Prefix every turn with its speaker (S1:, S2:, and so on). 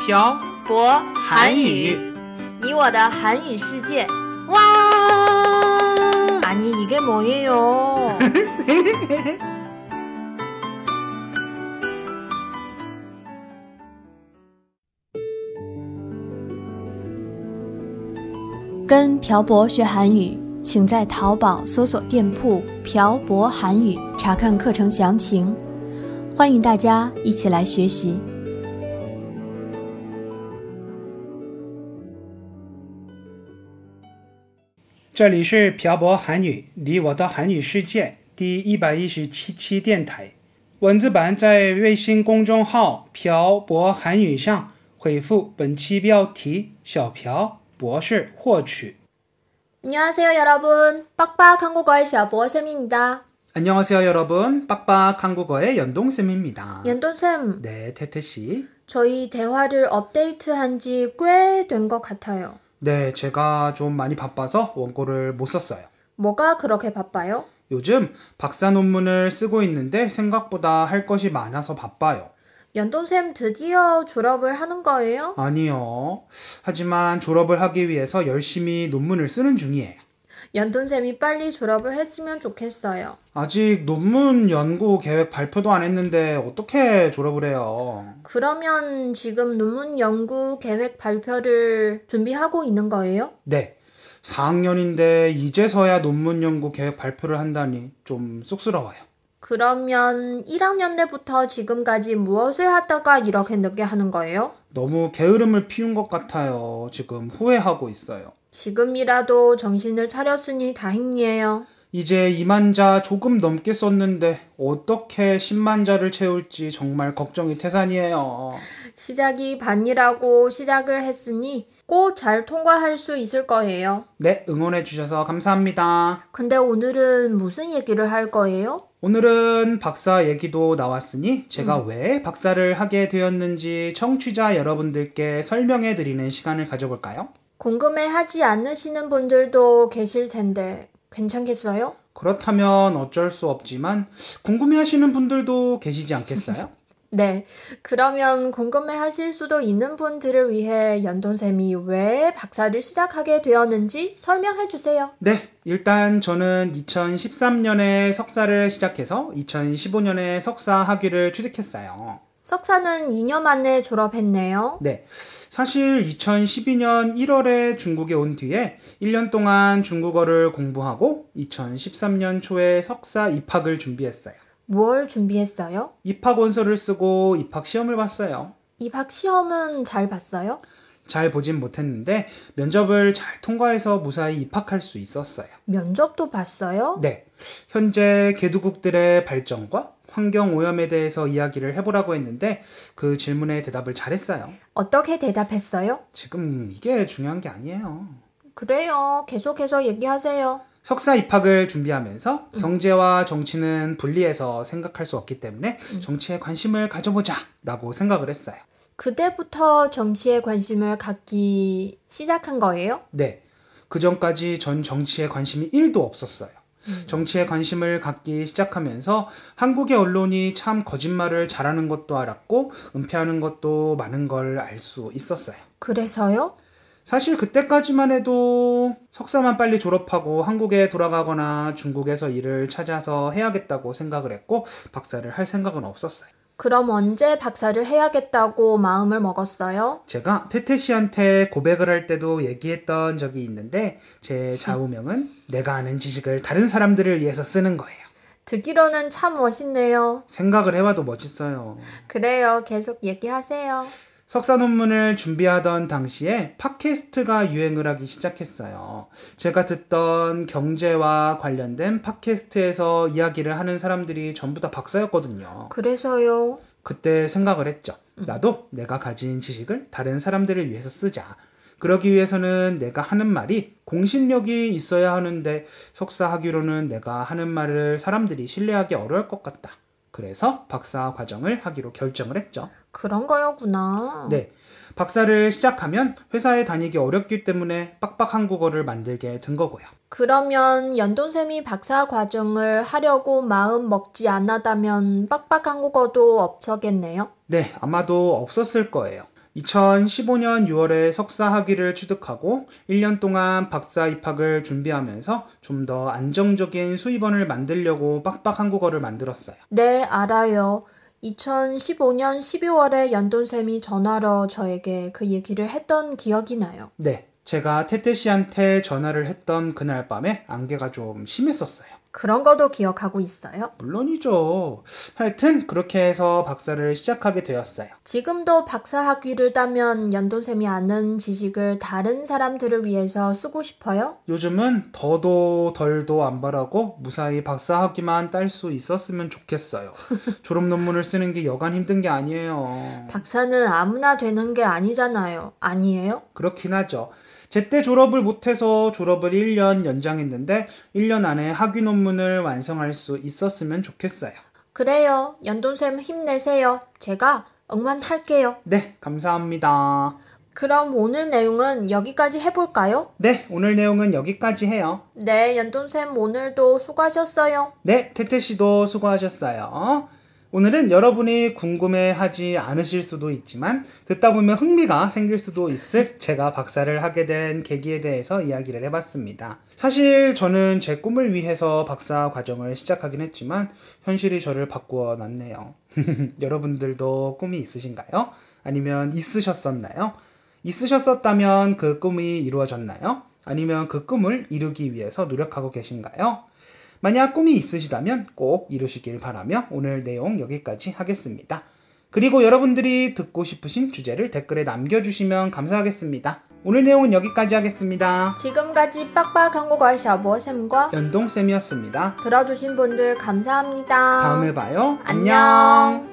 S1: 朴
S2: 博韩
S1: 韩
S2: 语，
S1: 语
S2: 你我的韩语世界。
S1: 와.
S2: 아니 이게 뭐예요?
S3: 跟朴博学韩语，请在淘宝搜索店铺“朴博韩语”查看课程详情。欢迎大家一起来学习。
S4: 这里是漂泊韩语，你我的韩语世界第一百一十七期电台。文字版在微信公众号“漂泊韩语”上回复本期标题“小朴博士”获取。
S2: 안녕하세요 여러분, 빡빡 한국어의 샤보 쌤입니다.
S4: 안녕하세요, 여러분. 빡빡 한국어의 연동쌤입니다.
S2: 연돈 쌤,
S4: 네, 태태 씨.
S2: 저희 대화를 업데이트한 지 꽤 된 것 같아요.
S4: 네, 제가 좀 많이 바빠서 원고를 못 썼어요.
S2: 뭐가 그렇게 바빠요?
S4: 요즘 박사 논문을 쓰고 있는데 생각보다 할 것이 많아서 바빠요.
S2: 연돈 쌤 드디어 졸업을 하는 거예요?
S4: 아니요. 하지만 졸업을 하기 위해서 열심히 논문을 쓰는 중이에요.
S2: 연돈 쌤이 빨리 졸업을 했으면 좋겠어요.
S4: 아직 논문 연구 계획 발표도 안 했는데 어떻게 졸업을 해요?
S2: 그러면 지금 논문 연구 계획 발표를 준비하고 있는 거예요?
S4: 네. 4학년인데 이제서야 논문 연구 계획 발표를 한다니 좀 쑥스러워요.
S2: 그러면 1학년 때부터 지금까지 무엇을 하다가 이렇게 늦게 하는 거예요?
S4: 너무 게으름을 피운 것 같아요. 지금 후회하고 있어요.
S2: 지금이라도 정신을 차렸으니 다행이에요.
S4: 이제 2만자 조금 넘게 썼는데 어떻게 10만자를 채울지 정말 걱정이 태산이에요.
S2: 시작이 반이라고 시작을 했으니 꼭 잘 통과할 수 있을 거예요.
S4: 네, 응원해 주셔서 감사합니다.
S2: 근데 오늘은 무슨 얘기를 할 거예요?
S4: 오늘은 박사 얘기도 나왔으니 제가 왜 박사를 하게 되었는지 청취자 여러분들께 설명해 드리는 시간을 가져볼까요?
S2: 궁금해 하지 않으시는 분들도 계실 텐데 괜찮겠어요?
S4: 그렇다면 어쩔 수 없지만 궁금해 하시는 분들도 계시지 않겠어요?
S2: 네. 그러면 궁금해 하실 수도 있는 분들을 위해 연돈쌤이 왜 박사를 시작하게 되었는지 설명해 주세요.
S4: 네, 일단 저는 2013년에 석사를 시작해서 2015년에 석사 학위를 취득했어요.
S2: 석사는 2년 만에 졸업했네요.
S4: 네. 사실 2012년 1월에 중국에 온 뒤에 1년 동안 중국어를 공부하고 2013년 초에 석사 입학을 준비했어요.
S2: 뭘 준비했어요?
S4: 입학 원서를 쓰고 입학 시험을 봤어요.
S2: 입학 시험은 잘 봤어요?
S4: 잘 보진 못했는데 면접을 잘 통과해서 무사히 입학할 수 있었어요.
S2: 면접도 봤어요?
S4: 네. 현재 개도국들의 발전과 환경 오염에 대해서 이야기를 해보라고 했는데 그 질문에 대답을 잘했어요.
S2: 어떻게 대답했어요?
S4: 지금 이게 중요한 게 아니에요.
S2: 그래요. 계속해서 얘기하세요.
S4: 석사 입학을 준비하면서 경제와 정치는 분리해서 생각할 수 없기 때문에 정치에 관심을 가져보자 라고 생각을 했어요.
S2: 그때부터 정치에 관심을 갖기 시작한 거예요?
S4: 네. 그 전까지 전 정치에 관심이 1도 없었어요. 정치에 관심을 갖기 시작하면서 한국의 언론이 참 거짓말을 잘하는 것도 알았고 은폐하는 것도 많은 걸 알 수 있었어요.
S2: 그래서요?
S4: 사실 그때까지만 해도 석사만 빨리 졸업하고 한국에 돌아가거나 중국에서 일을 찾아서 해야겠다고 생각을 했고 박사를 할 생각은 없었어요.
S2: 그럼 언제 박사를 해야겠다고 마음을 먹었어요?
S4: 제가 태태 씨한테 고백을 할 때도 얘기했던 적이 있는데 제 좌우명은 내가 아는 지식을 다른 사람들을 위해서 쓰는 거예요.
S2: 듣기로는 참 멋있네요.
S4: 생각을 해봐도 멋있어요.
S2: 그래요. 계속 얘기하세요.
S4: 석사 논문을 준비하던 당시에 팟캐스트가 유행을 하기 시작했어요. 제가 듣던 경제와 관련된 팟캐스트에서 이야기를 하는 사람들이 전부 다 박사였거든요.
S2: 그래서요.
S4: 그때 생각을 했죠. 나도 내가 가진 지식을 다른 사람들을 위해서 쓰자. 그러기 위해서는 내가 하는 말이 공신력이 있어야 하는데 석사 학위로는 내가 하는 말을 사람들이 신뢰하기 어려울 것 같다. 그래서 박사 과정을 하기로 결정을 했죠.
S2: 그런 거였구나.
S4: 네. 박사를 시작하면 회사에 다니기 어렵기 때문에 빡빡한 국어를 만들게 된 거고요.
S2: 그러면 연돈쌤이 박사 과정을 하려고 마음 먹지 않았다면 빡빡한 국어도 없었겠네요.
S4: 네, 아마도 없었을 거예요. 2015년 6월에 석사 학위를 취득하고 1년 동안 박사 입학을 준비하면서 좀 더 안정적인 수입원을 만들려고 빡빡 한국어를 만들었어요.
S2: 네, 알아요. 2015년 12월에 연돈쌤이 전화로 저에게 그 얘기를 했던 기억이 나요.
S4: 네. 제가 태태 씨한테 전화를 했던 그날 밤에 안개가 좀 심했었어요.
S2: 그런 거도 기억하고 있어요?
S4: 물론이죠. 하여튼 그렇게 해서 박사를 시작하게 되었어요.
S2: 지금도 박사 학위를 따면 연돈쌤이 아는 지식을 다른 사람들을 위해서 쓰고 싶어요?
S4: 요즘은 더도 덜도 안 바라고 무사히 박사 학위만 딸 수 있었으면 좋겠어요. 졸업 논문을 쓰는 게 여간 힘든 게 아니에요.
S2: 박사는 아무나 되는 게 아니잖아요. 아니에요?
S4: 그렇긴 하죠. 제때 졸업을 못해서 졸업을 1년 연장했는데 1년 안에 학위 논문을 완성할 수 있었으면 좋겠어요.
S2: 그래요. 연돈쌤 힘내세요. 제가 응원할게요.
S4: 네, 감사합니다.
S2: 그럼 오늘 내용은 여기까지 해볼까요?
S4: 네, 오늘 내용은 여기까지 해요.
S2: 네, 연돈쌤 오늘도 수고하셨어요.
S4: 네, 태태 씨도 수고하셨어요. 오늘은 여러분이 궁금해하지 않으실 수도 있지만 듣다 보면 흥미가 생길 수도 있을 제가 박사를 하게 된 계기에 대해서 이야기를 해봤습니다. 사실 저는 제 꿈을 위해서 박사 과정을 시작하긴 했지만 현실이 저를 바꾸어 놨네요. 여러분들도 꿈이 있으신가요? 아니면 있으셨었나요? 있으셨었다면 그 꿈이 이루어졌나요? 아니면 그 꿈을 이루기 위해서 노력하고 계신가요? 만약 꿈이 있으시다면 꼭 이루시길 바라며 오늘 내용 여기까지 하겠습니다. 그리고 여러분들이 듣고 싶으신 주제를 댓글에 남겨주시면 감사하겠습니다. 오늘 내용은 여기까지 하겠습니다.
S2: 지금까지 빡빡한 고갈 샤버쌤과
S4: 연동쌤이었습니다.
S2: 들어주신 분들 감사합니다.
S4: 다음에 봐요.
S2: 안녕.